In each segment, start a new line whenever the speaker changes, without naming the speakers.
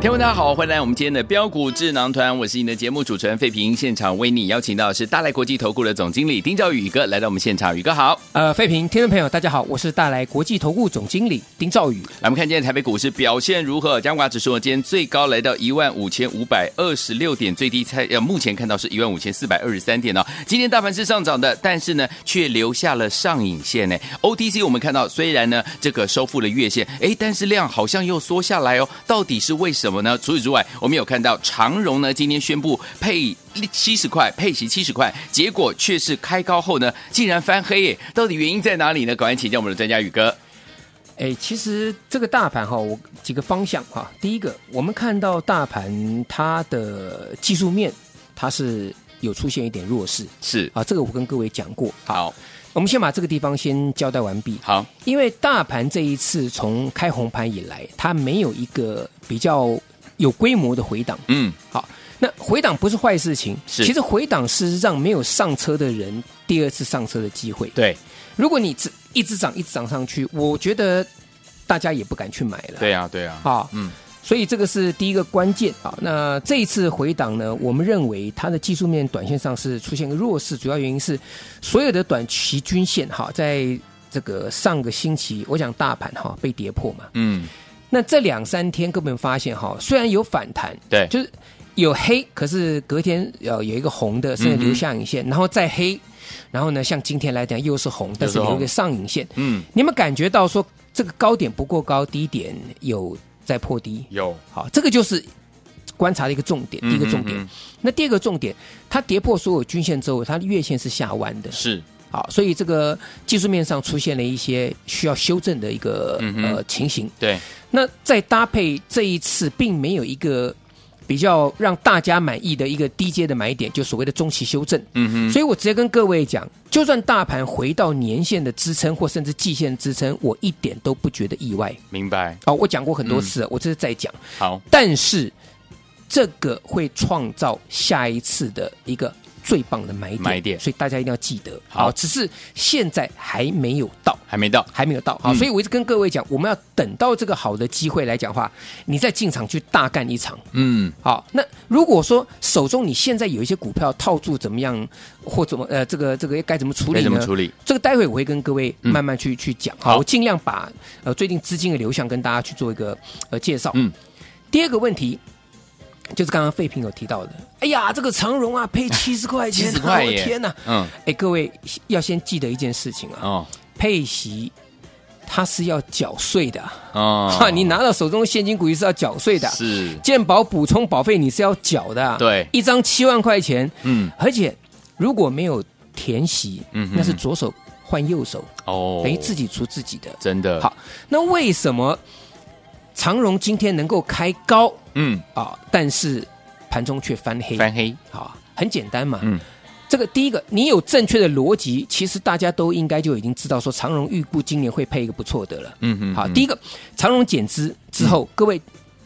听众大家好，欢迎来我们今天的标股智囊团，我是你的节目主持人费平。现场为你邀请到的是大来国际投顾的总经理丁兆宇宇哥来到我们现场，宇哥好。
呃，费平，听众朋友，大家好，我是大来国际投顾总经理丁兆宇。
来，我们看今天台北股市表现如何？加权指数呢今天最高来到一万五千五百二十六点，最低才呃目前看到是一万五千四百二十三点哦。今天大盘是上涨的，但是呢却留下了上影线呢。OTC 我们看到虽然呢这个收复了月线，哎，但是量好像又缩下来哦，到底是为什么呢？除此之外，我们有看到长荣呢今天宣布配。七十块配息七十块，结果却是开高后呢，竟然翻黑耶！到底原因在哪里呢？赶快请教我们的专家宇哥。
哎，其实这个大盘哈，我几个方向哈。第一个，我们看到大盘它的技术面，它是有出现一点弱势
是，
啊，这个我跟各位讲过。
好，
我们先把这个地方先交代完毕。
好，
因为大盘这一次从开红盘以来，它没有一个比较有规模的回档。
嗯，
好，那回档不是坏事情，
是
其实回档是让没有上车的人第二次上车的机会。
对，
如果你只一直涨一直涨上去，我觉得大家也不敢去买了。
对啊，对啊，
啊，
嗯，
所以这个是第一个关键啊。那这一次回档呢，我们认为它的技术面短线上是出现个弱势，主要原因是所有的短期均线哈，在这个上个星期，我讲大盘哈被跌破嘛，
嗯，
那这两三天根本发现哈，虽然有反弹，
对
就是有黑，可是隔天呃有一个红的，
嗯
甚至留下影线，然后再黑，然后呢，像今天来讲又是红，但是
又是红
留一个上影线。
嗯，
你有没有感觉到说这个高点不够高，低点有在破低？
有，
好，这个就是观察的一个重点，第一个重点。
嗯嗯嗯
那第二个重点，它跌破所有均线之后，它的月线是下弯的，
是，
好，所以这个技术面上出现了一些需要修正的一个、
嗯哼
呃情形。
对，
那再搭配这一次并没有一个比较让大家满意的一个低阶的买点，就所谓的中期修正。
嗯哼，
所以我直接跟各位讲，就算大盘回到年线的支撑或甚至季线的支撑，我一点都不觉得意外。
明白，
哦，我讲过很多
嗯
次了，我这是在讲，
好，
但是这个会创造下一次的一个最棒的买点，
买点
所以大家一定要记得。哦
好
只是现在还没有到。
还没到，
还没有到好，
嗯
所以我一直跟各位讲，我们要等到这个好的机会来讲话，你再进场去大干一场。
嗯，
好，那如果说手中你现在有一些股票套住怎么样，或怎么呃，这个这个该怎么处
该
理呢？
怎么处理？嗯
这个待会我会跟各位慢慢去、去讲。
好
好，我尽量把呃最近资金的流向跟大家去做一个呃介绍。
嗯，
第二个问题就是刚刚费平有提到的，哎呀，这个长荣啊配七十块钱啊，
70块
我
耶
的天哪！
嗯，
哎，各位要先记得一件事情啊，
哦，
配息它是要缴税的，
哦
哈、 你拿到手中的现金股息是要缴税的，
是，
健保补充保费你是要缴的，
对
一张七万块钱，
嗯，
而且如果没有填息，
嗯哼
那是左手换右手，
哦，
等于哎自己除自己的。
真的，
好，那为什么长荣今天能够开高
嗯，
啊，但是盘中却翻黑？
翻黑，
好，很简单嘛，
嗯，
这个第一个，你有正确的逻辑，其实大家都应该就已经知道，说长荣预估今年会配一个不错的了。
嗯哼，
好，
嗯
第一个，长荣减资之后，各位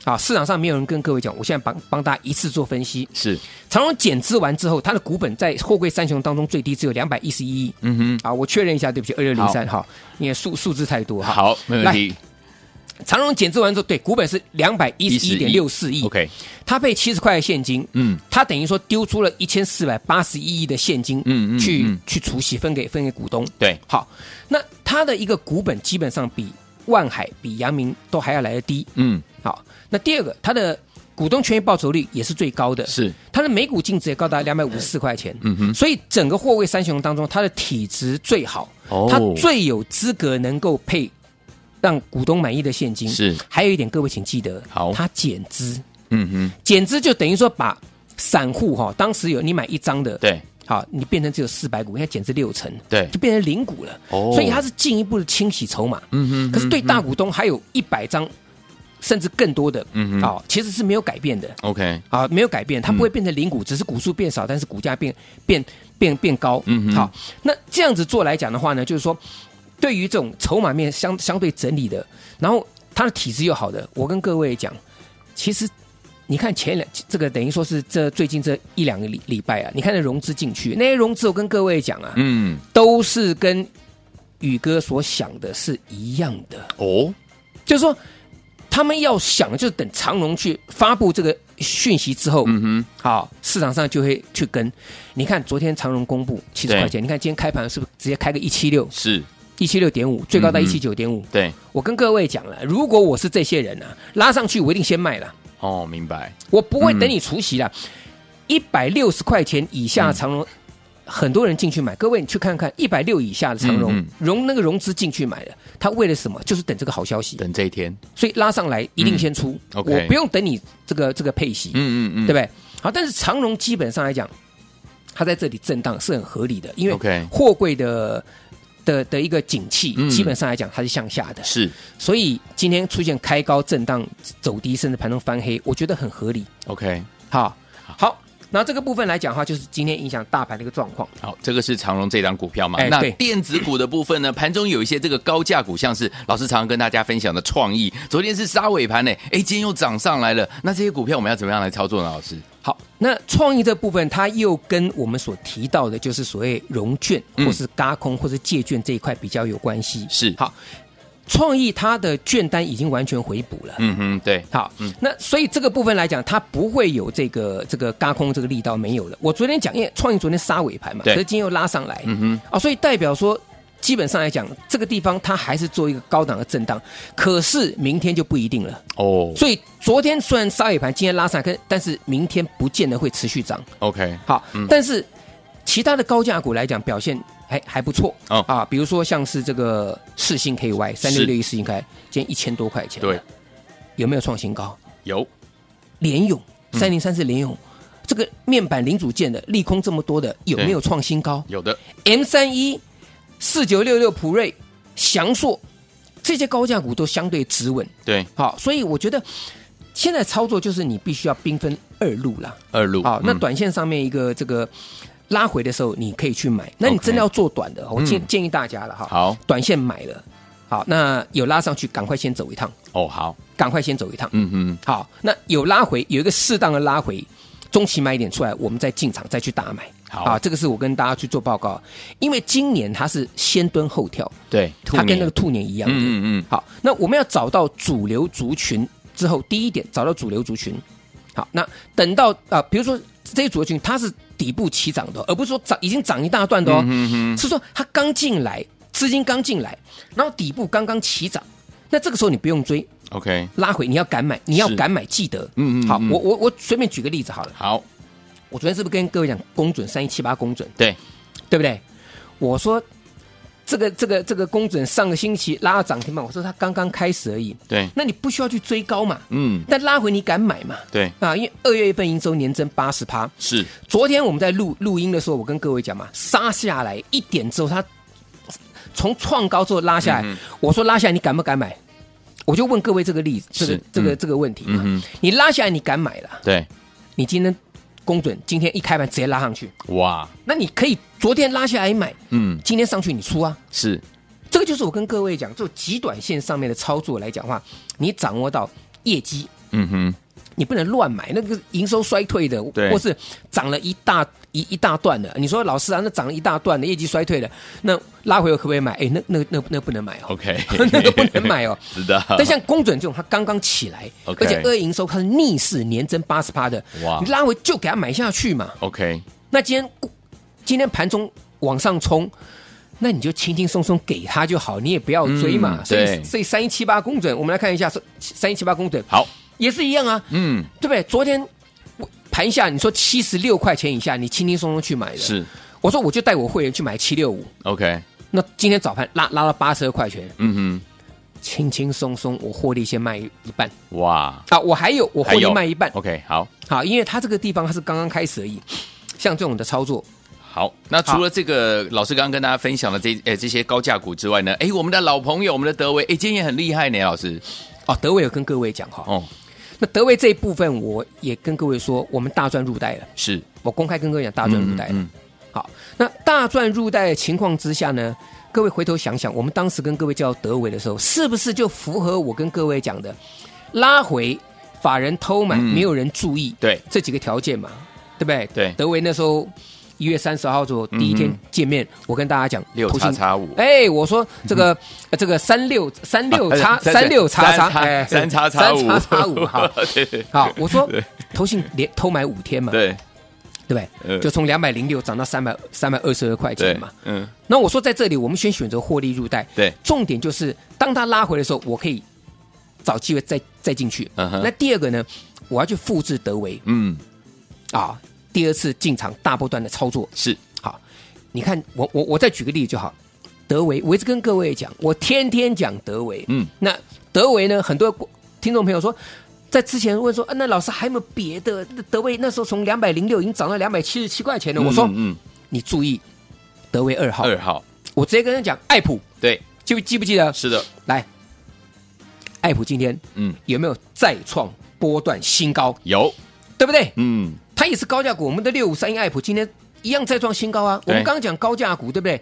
啊，市场上没有人跟各位讲，我现在帮帮大家一次做分析。
是，
长荣减资完之后，它的股本在货柜三雄当中最低只有两百一十一亿
嗯
啊，我确认一下，对不起，二六零三，好，因为数数字太多
哼，
哈。
好，没问题
长荣减资完之后，对，股本是两百一十一点六四亿，
，OK，
它配七十块的现金，
嗯，
它等于说丢出了一千四百八十一亿的现金，
嗯嗯
去
嗯
去除息分给分给股东。
对，
好，那它的一个股本基本上比万海、比阳明都还要来得低。
嗯，
好，那第二个，它的股东权益报酬率也是最高的，
是，
它的每股净值也高达两百五十四块钱。
嗯哼，
所以整个货柜三雄当中，它的体质最好，
哦
它最有资格能够配让股东满意的现金。
是，
还有一点，各位请记得，
好
它减资，
嗯哼，
减资就等于说把散户哈、当时有你买一张的，
对
好，你变成只有四百股，现在减至六成，
对
就变成零股了。
哦
所以它是进一步的清洗筹码。
嗯哼
可是对大股东还有一百张，甚至更多的，
嗯哼
好、其实是没有改变的。
，OK，
啊，没有改变，它不会变成零股，只是股数变少，但是股价变变变变高。
嗯哼
好，那这样子做来讲的话呢，就是说，对于这种筹码面相相对整理的，然后它的体质又好的，我跟各位讲，其实你看前两这个等于说是这最近这一两个礼礼拜啊，你看那融资进去，那些融资我跟各位讲啊，
嗯，
都是跟宇哥所想的是一样的。
哦，
就是说他们要想的就是等长隆去发布这个讯息之后，
嗯
好，市场上就会去跟。你看昨天长隆公布七十
对
块钱，你看今天开盘是不是直接开个一七六
哼，，是，
一七六点五，最高到
嗯
一
哼
七九点五。
对，
我跟各位讲了，如果我是这些人啊，拉上去我一定先卖了，
哦，明白，
我不会
嗯
等你除息了。一百六十块钱以下的长隆。很多人进去买，各位你去看看，一百六以下的
嗯
长融
嗯
融那个融资进去买的，他为了什么？就是等这个好消息。
等这一天，
所以拉上来一定先出，
嗯，OK
我不用等你这个这个配息，
嗯嗯嗯
对不对？好，但是长荣基本上来讲，它在这里震荡是很合理的，因
OK
为货柜的的的一个景气，
嗯
基本上来讲它是向下的，
是
所以今天出现开高震荡走低，甚至盘中翻黑，我觉得很合理。
，OK，
好，好，那这个部分来讲的话，就是今天影响大盘的一个状况。
好，这个是长荣这档股票嘛？
哎
那
对
电子股的部分呢，盘中有一些这个高价股，像是老师常常跟大家分享的创意，昨天是杀尾盘呢，哎，今天又涨上来了。那这些股票我们要怎么样来操作呢？老师，
好，那创意这部分，它又跟我们所提到的，就是所谓融券
嗯
或是嘎空或是借券这一块比较有关系。
是
好，创意它的券单已经完全回补了。
嗯哼，对，
好，那所以这个部分来讲，它不会有这个这个嘎空这个力道没有了。我昨天讲，因为创意昨天杀尾盘嘛，
对
可是今天又拉上来，
嗯哼，
啊，所以代表说，基本上来讲，这个地方它还是做一个高档的震荡，可是明天就不一定了。
哦
所以昨天虽然杀尾盘，今天拉上来，可但是明天不见得会持续涨。
，OK，
好，但是其他的高价股来讲，表现还还不错、
哦
啊，比如说像是这个世星 KY 三
是
六六一世星 KY，今天一千多块钱，
对，
有没有创新高？
有，
联勇
嗯
三零三四联勇，这个面板零组件的利空这么多的，有没有创新高
有的，
？M 三一四九六六普瑞翔硕这些高价股都相对止稳，
对，
好，所以我觉得现在操作就是你必须要兵分二路啦。
二路，
啊好，那
嗯
短线上面一个这个拉回的时候，你可以去买。那你
OK
真的要做短的，我建
嗯
建议大家了哈。
好，
短线买了，好，那有拉上去，赶快先走一趟，
哦，好，
赶快先走一趟。
嗯哼，
好，那有拉回，有一个适当的拉回。中期买一点出来，我们再进场再去大买。
好
啊，这个是我跟大家去做报告，因为今年它是先蹲后跳，
对，
它跟那个
个，
兔年一样的。
嗯嗯嗯，
好，那我们要找到主流族群之后，第一点找到主流族群。好，那等到啊、呃比如说这些主流群它是底部起涨的哦，而不是说涨已经涨一大段的
嗯
哦，是说它刚进来，资金刚进来，然后底部刚刚起涨，那这个时候你不用追，
，OK，
拉回你要敢买，你要
是
敢买，记得。
嗯嗯
好
嗯，
我我我随便举个例子好了，
好，
我昨天是不是跟各位讲公准三一七八公准，
对，
对不对？我说这个这个这个公准上个星期拉到涨停板，我说它刚刚开始而已，
对，
那你不需要去追高嘛，
嗯，
但拉回你敢买嘛？
对，
啊，因为二月份营收年增八十趴，
是，
昨天我们在录录音的时候，我跟各位讲嘛，杀下来一点之后，它从创高之后拉下来，
嗯
我说拉下来你敢不敢买？我就问各位这个例子，这
是
个这个、
嗯
这个问题嘛，
嗯
你拉下来你敢买了？
对，
你今天公准今天一开盘直接拉上去，
哇，
那你可以昨天拉下来买，
嗯，
今天上去你出啊，
是，
这个就是我跟各位讲，就极短线上面的操作来讲的话，你掌握到业绩，
嗯哼，
你不能乱买，那个营收衰退的
对，
或是涨了一大一一大段的，你说老师啊，那涨了一大段的，业绩衰退的，那拉回我可不可以买？哎，那那那那不能买哦
OK
那个不能买哦。
是的，
但像公准这种，它刚刚起来
OK
而且二营收它是逆势年增八十趴的，
哇
你拉回就给它买下去嘛。
OK，
那今天今天盘中往上冲，那你就轻轻松松给他就好，你也不要追嘛。
嗯
所
对
以所以三一七八公准，我们来看一下三一七八公准
好，
也是一样啊，
嗯，
对不对？昨天我盘下你说七十六块钱以下，你轻轻松松去买的，
是
我说我就带我会员去买七六五，
OK，
那今天早盘拉拉到八十二块钱，
嗯哼，
轻轻松松我获利先卖一半
哇，
啊，我还有我获
还
利
有
卖一半，
OK，好，
好，因为它这个地方它是刚刚开始而已，像这种的操作，
好，那除了这个老师刚刚跟大家分享的这呃这些高价股之外呢，哎，我们的老朋友，我们的德维，哎，今天也很厉害呢，老师。
哦，德伟有跟各位讲哈，
哦，
那德伟这一部分我也跟各位说，我们大赚入袋了，
是
我公开跟各位讲大赚入袋了。
嗯嗯
好，那大赚入袋的情况之下呢，各位回头想想，我们当时跟各位叫德伟的时候，是不是就符合我跟各位讲的拉回、法人偷买、
嗯
没有人注意
对，
这几个条件嘛？对不对？
对
德伟那时候一月三十号左右第一天
嗯
见面，我跟大家讲
六
投
叉
信
叉五，
哎，我说 这个、呃这个三六三六叉
啊 三
三六叉叉
三
哎
三叉叉五
三叉叉五哈
对 对
好，我说
对
投信连偷买五天嘛，对
对
不对？
呃
就从两百零六涨到三百三百二十二块钱
对
嘛。，
嗯，
那我说在这里我们先选择获利入袋，
对，
重点就是当它拉回的时候，我可以找机会再再进去。
嗯哼
那第二个呢，我要去复制德维
嗯，
啊，第二次进场大波段的操作，
是
好，你看我我我再举个例子就好。德维，我一直跟各位讲，我天天讲德维。
嗯，
那德维呢，很多听众朋友说，在之前问说，啊、那老师还有没有别的？那德维那时候从两百零六已经涨到两百七十七块钱了。我说，
嗯，嗯
你注意，德维二号，
二号，
我直接跟他讲，爱普
对，
记不记不记得？
是的，
来，爱普今天
嗯，
有没有再创波段新高？
有，
对不对？
嗯，
它也是高价股，我们的六五三一爱普今天一样再创新高啊！我
对
们刚刚讲高价股，对不对？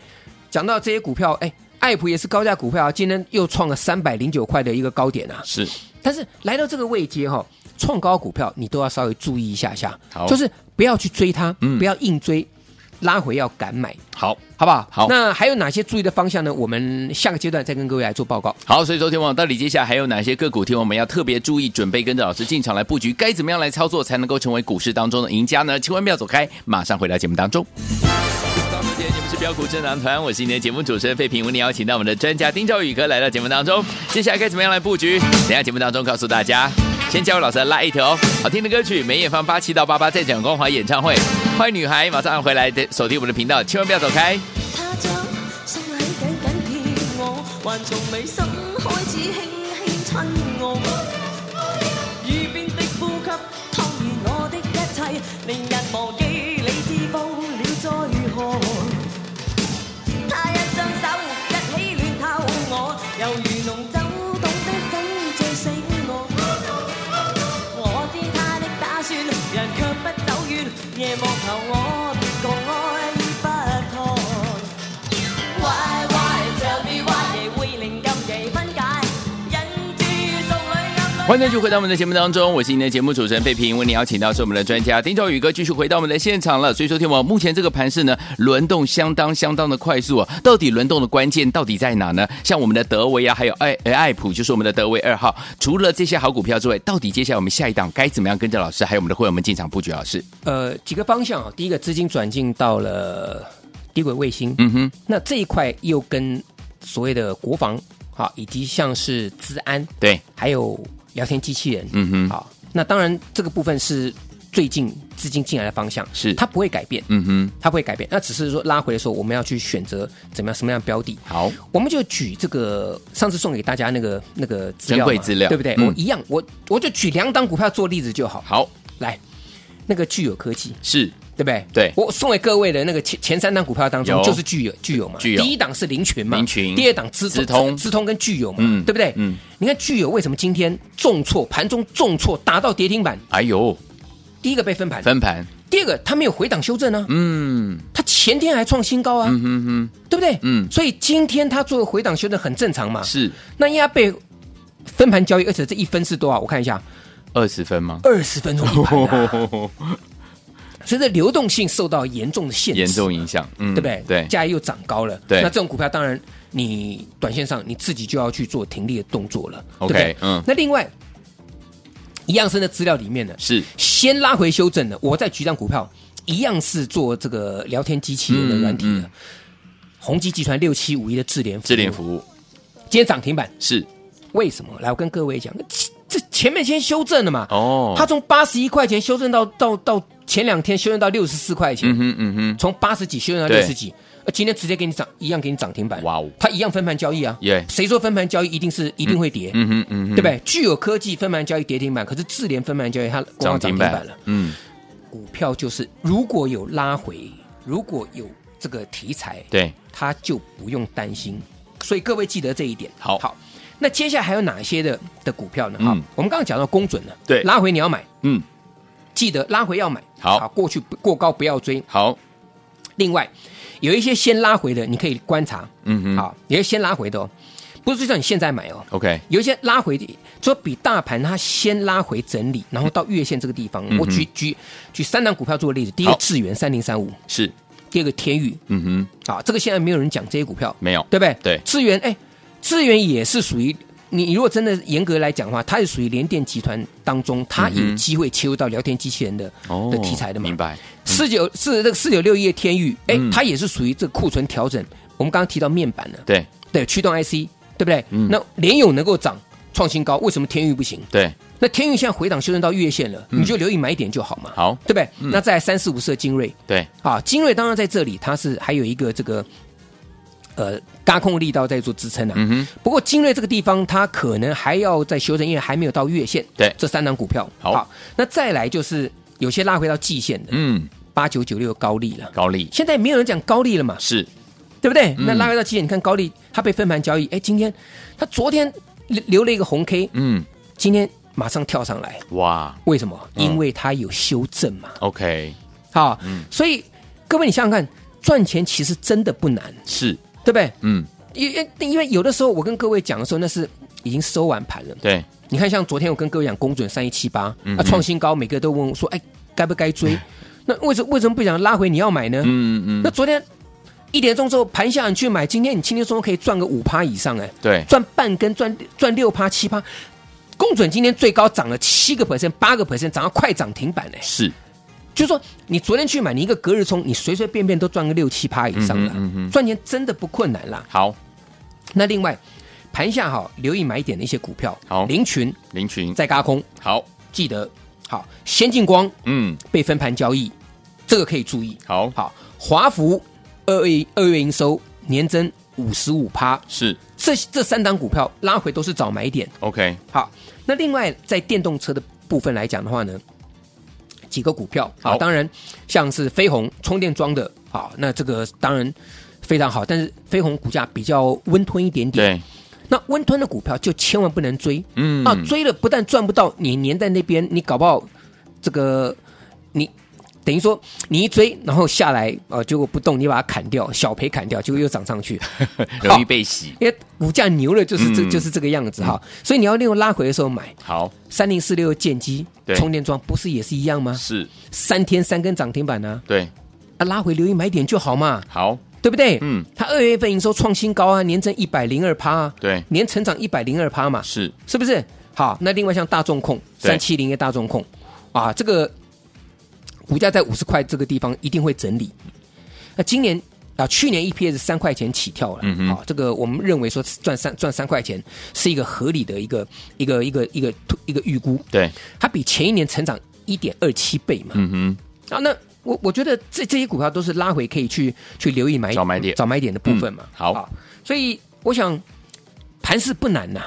讲到这些股票，哎，爱普也是高价股票啊，今天又创了三百零九块的一个高点啊。
是
但是来到这个位阶哈、哦，创高股票你都要稍微注意一下下
好，
就是不要去追它，
嗯
不要硬追，拉回要敢买，
好。
好不好？
好
那还有哪些注意的方向呢？我们下个阶段再跟各位来做报告。
好，所以说天王到底接下来还有哪些个股天王们要特别注意，准备跟着老师进场来布局，该怎么样来操作才能够成为股市当中的赢家呢？千万不要走开，马上回到节目当中。到今天节目是标股智囊团，我是你的节目主持人费平，为你邀请到我们的专家丁兆宇哥来到节目当中，接下来该怎么样来布局？等一下节目当中告诉大家。先加入老师的拉一条哦好听的歌曲，梅艳芳八七到八八在讲光华演唱会，欢迎女孩马上回来的锁定我们的频道，千万不要走开。
他將手喺頸緊貼我，還從未心開始輕輕親我。耳邊的呼吸，當然我的一切，令人忘記你知報了災害。他一雙手一起亂透我，猶如濃酒懂得怎醉醒我。我知他的打算，人卻不走遠，夜幕後我別共愛不看。Why why tell me why 夜會令禁忌分解，忍住眾裏暗
欢迎继续回到我们的节目当中，我是您的节目主持人费平，为您邀请到是我们的专家丁兆宇哥，继续回到我们的现场了。所以说，天王目前这个盘势呢，轮动相当相当的快速啊，到底轮动的关键到底在哪呢？像我们的德维啊，还有艾呃艾普，就是我们的德维二号，除了这些好股票之外，到底接下来我们下一档该怎么样跟着老师，还有我们的会员们进场布局？老师，
呃，几个方向啊，第一个资金转进到了低轨卫星，
嗯哼，
那这一块又跟所谓的国防啊，以及像是治安，
对，
还有聊天机器人，
嗯哼
好，那当然这个部分是最近资金进来的方向，
是
它不会改变，
嗯哼，
它不会改变，那只是说拉回的时候，我们要去选择怎么样什么样的标的。
好，
我们就举这个上次送给大家那个那个资料嘛
珍贵资料
对不对？
嗯
我一样，我我就举两档股票做例子就好。
好，
来，那个具有科技，
是
对不对？
对
我送给各位的那个前前三档股票当中，
有
就是具有具有嘛，
具有
第一档是林群嘛，
林群
第二档资
资通
资通跟具有嘛，
嗯
对不对？
嗯，
你看具有为什么今天重挫，盘中重挫，打到跌停板，
哎呦，
第一个被分盘，
分盘，
第二个它没有回档修正啊，
嗯
它前天还创新高啊，
嗯哼哼，
对不对？
嗯
所以今天它做回档修正很正常嘛，
是
那因为它被分盘交易，而且这一分是多少？我看一下，
二十分吗？
二十分钟一盘、啊， 所以这流动性受到严重的限制，
严重影响，嗯，
对不对？
对，
价又涨高了，
对
那这种股票当然你短线上你自己就要去做停利的动作了
OK，
对不对？
嗯
那另外一样是那资料里面呢，
是
先拉回修正的，我在举档股票一样是做这个聊天机器人的软体的，
嗯嗯
宏基集团六七五一的智联服务
智联服务
今天涨停板，
是
为什么？来，我跟各位讲，这这前面先修正了嘛，
哦
它从八十一块钱修正到到到前两天修正到六十四块钱
嗯，哼嗯哼，
从八十几修正到
对
六十几，呃，今天直接给你涨，一样给你涨停板。
哇哦
它一样分盘交易啊。
耶
谁说分盘交易一定是一定会跌？
嗯哼嗯哼，
对不对？具有科技分盘交易跌停板，可是智联分盘交易它光
涨
涨
停
停
板
板了。
嗯，
股票就是如果有拉回，如果有这个题材，
对，
它就不用担心。所以各位记得这一点。
好
好，那接下来还有哪些的的股票呢？好
嗯，
我们刚刚讲到公准了，
对
拉回你要买，
嗯，
记得拉回要买。啊
好
过去不过高不要追。
好，
另外，有一些先拉回的，你可以观察。
嗯哼，
好，有一些先拉回的哦，不是叫你现在买哦。
，OK，
有一些拉回的，说比大盘它先拉回整理，然后到月线这个地方。我举举举三档股票做例子，第一个
嗯好
智源三零三五，
是，
第二个天宇，
嗯哼，
啊，这个现在没有人讲这些股票，
没有，
对不对？
对
智源，哎，智源也是属于你，你如果真的严格来讲的话，它是属于联电集团当中，它
嗯
有
哼
机会切入到聊天机器人的、的题材的嘛
哦明。白，
嗯四九四这个四九六一的天域，哎
嗯，
它也是属于这个库存调整。我们刚刚提到面板了，
对
对，驱动 IC，对不对？
嗯
那联咏能够涨创新高，为什么天域不行？
对，
那天域现在回档修正到月线了，你就留意买点就好嘛，
嗯好，嗯
对不对？那在三四五四的精锐，
对，
啊，精锐当然在这里，它是还有一个这个呃嘎空力道在做支撑啊。
嗯哼，
不过精锐这个地方，它可能还要再修正，因为还没有到月线。
对
这三档股票。
好
那再来就是有些拉回到季线的
嗯，
八九九六高利了。
高丽
现在没有人讲高利了嘛，
是，
对不对？
嗯
那拉回到季线，你看高利它被分盘交易，哎，今天它昨天留留了一个红 K，
嗯，
今天马上跳上来，
哇
为什么？
嗯
因为它有修正嘛。
，OK，
好，所以各位你想想看，赚钱其实真的不难，
是，
对不对？
嗯，
因因因为有的时候我跟各位讲的时候，那是已经收完盘了。
对，
你看，像昨天我跟各位讲公准三一七八
嗯
啊，创新高，每个都问我说，哎，该不该追？那为什为什么不想拉回？你要买呢？
嗯嗯
那
嗯，
昨天一点钟之后盘下你去买，今天你轻轻松松可以赚个五趴以上，哎，
对，
赚半根，赚赚六趴七趴。公准今天最高涨了七个 percent、八个 percent，涨到快涨停板哎。
是，
就是说你昨天去买，你一个隔日冲，你随随便便都赚个六七趴以上了，
嗯哼嗯哼
赚钱真的不困难啦。
好，
那另外，盘下好留意买点的一些股票，
好
林群
林群，
在嘎空，
好，
记得好，先进光
嗯，
被分盘交易，这个可以注意。
好，
好，华孚二月二月营收年增五十五趴，
是
这这三档股票拉回都是找买点。
，OK，
好，那另外在电动车的部分来讲的话呢，几个股票
好
啊，当然像是飞鸿充电桩的，好，那这个当然非常好，但是飞鸿股价比较温吞一点点。
对，
那温吞的股票就千万不能追、
嗯
啊，追了不但赚不到，你粘在那边，你搞不好这个你。等于说，你一追，然后下来，呃，结果不动，你把它砍掉，小赔砍掉，结果又涨 上去，
容易被洗，
因为股价牛了，就是这、
嗯
就是这个样子哈。所以你要利用拉回的时候买，
好，
三零四六剑机
对
充电桩不是也是一样吗？
是，
三天三根涨停板呢、
对，
啊，拉回留意买点就好嘛，
好，
对不对？
嗯，
它二月份营收创新高啊，年增一百零二趴啊，
对，
年成长一百零二趴嘛，
是，
是不是？好，那另外像大众控
嗯对
三七零的大众控啊，这个股价在五十块这个地方一定会整理。那今年啊，去年 EPS 三块钱起跳了，啊
嗯哼
好，这个我们认为说赚三赚三块钱是一个合理的一个一个一个一个一个预估，
对，
它比前一年成长一点二七倍嘛。
嗯
啊，那我我觉得这这些股票都是拉回可以去去留意买
找买点
找买点的部分嘛。
嗯好
所以我想盘势不难呐、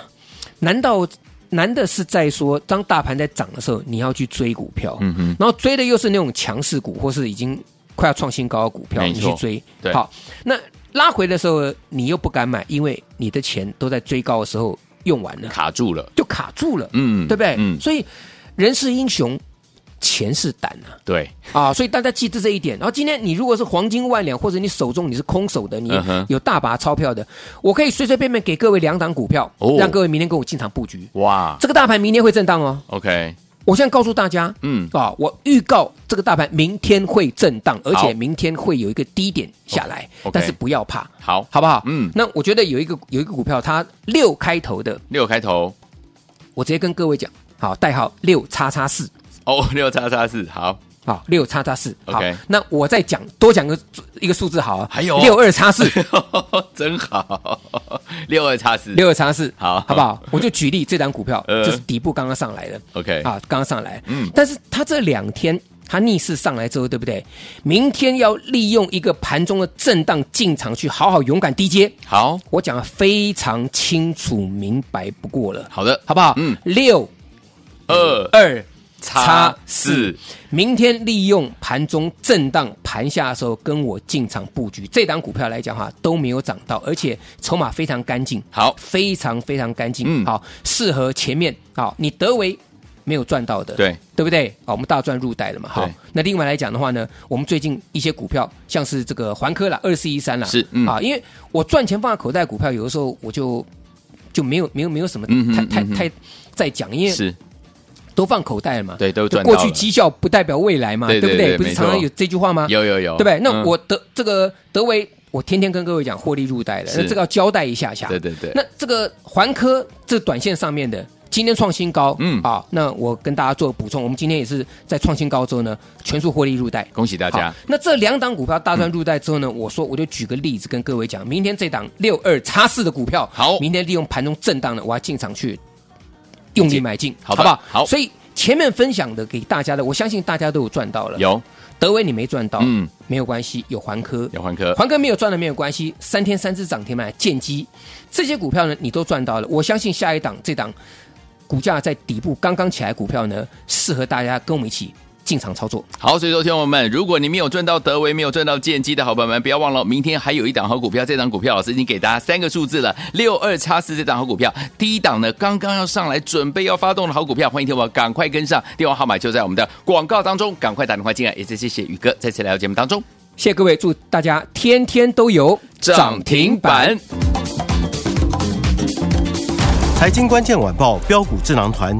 难道难的是在说，当大盘在涨的时候，你要去追股票，
嗯哼
然后追的又是那种强势股或是已经快要创新高的股票，
没
你
错
去追
对。
好，那拉回的时候你又不敢买，因为你的钱都在追高的时候用完
哼，，
了
卡住了，
就卡住了，
嗯，
对不对？
嗯，
所以人是英雄，钱是胆啊。
对，
啊，所以大家记住这一点。然后今天你如果是黄金万两，或者你手中你是空手的，你
嗯哼
有大把钞票的，我可以随随便便给各位两档股票，
哦
让各位明天跟我进场布局。
哇
这个大盘明天会震荡哦，
，OK，
我现在告诉大家
嗯，
啊，我预告这个大盘明天会震荡，而
好哦
且明天会有一个低点下来
OK，
但是不要怕，
好，
好不好？
嗯
那我觉得有一个有一个股票，它六开头的，
六开头，
我直接跟各位讲，好，代号六叉叉四。
哦， 六叉叉四，好，
好，啊六叉叉四。好
OK
那我再讲多讲个一个数字好啊，
还有哦
六二 叉四，
真好，六二叉四，
六二叉四，
好
好不好？我就举例这档股 票，
呃
就是底部刚刚上来的
OK，
啊，刚刚上来，
嗯
但是它这两天它逆势上来之后，对不对？明天要利用一个盘中的震荡进场去好好勇敢低接。
好
我讲的非常清楚明白不过了，
好的，
好不好？
嗯，
六
二
二
叉四，
明天利用盘中震荡盘下的时候跟我进场布局，这档股票来讲哈都没有涨到，而且筹码非常干净，
好
非常非常干净，
嗯
好适合前面好你德维没有赚到的，
对
对不对？啊，我们大赚入袋了嘛，好
对，
那另外来讲的话呢，我们最近一些股票像是这个环科啦，二四一三啦，
是嗯
啊，因为我赚钱放在口袋股票，有的时候我就就没有没有没有什么
嗯哼
太太
嗯哼
太再讲，因为
是
都放口袋了嘛。
对都
就
赚到
过
了
去绩效不代表未来嘛，
对
对不
对对
对？不是
没
常常
错
有这句话吗？
有有有，
对不对？那
嗯
我德这个德维，我天天跟各位讲获利入袋了，
是
那这个要交代一下下。
对对对
那这个环科这短线上面的。今天创新高，
嗯
好，那我跟大家做补充，我们今天也是在创新高之后呢，全数获利入袋，
恭喜大家
好，那这两档股票大赚入袋之后呢，我说我就举个例子跟各位讲，明天这档六二叉四的股票，
好
明天利用盘中震荡呢，我要进场去用力买进，
好的
不好？
好
所以前面分享的给大家的，我相信大家都有赚到了。
有
德威你没赚到，
嗯
嗯，没有关系，有环科，
有环科，
环科没有赚的没有关系，三天三只涨停板建机这些股票呢，你都赚到了。我相信下一档这档股价在底部刚刚起来的股票呢，适合大家跟我们一起进场操作。
好，所以说，听众们，如果你没有赚到德维，没有赚到剑机的好朋友们，不要忘了，明天还有一档好股票。这档股票老师已经给大家三个数字了，六二叉四这档好股票，第一档呢刚刚要上来，准备要发动的好股票，欢迎听我赶快跟上，电话号码就在我们的广告当中，赶快打电话进来。也是谢谢宇哥再次来到节目当中，
谢谢各位，祝大家天天都有。
财经关键晚报标股智囊团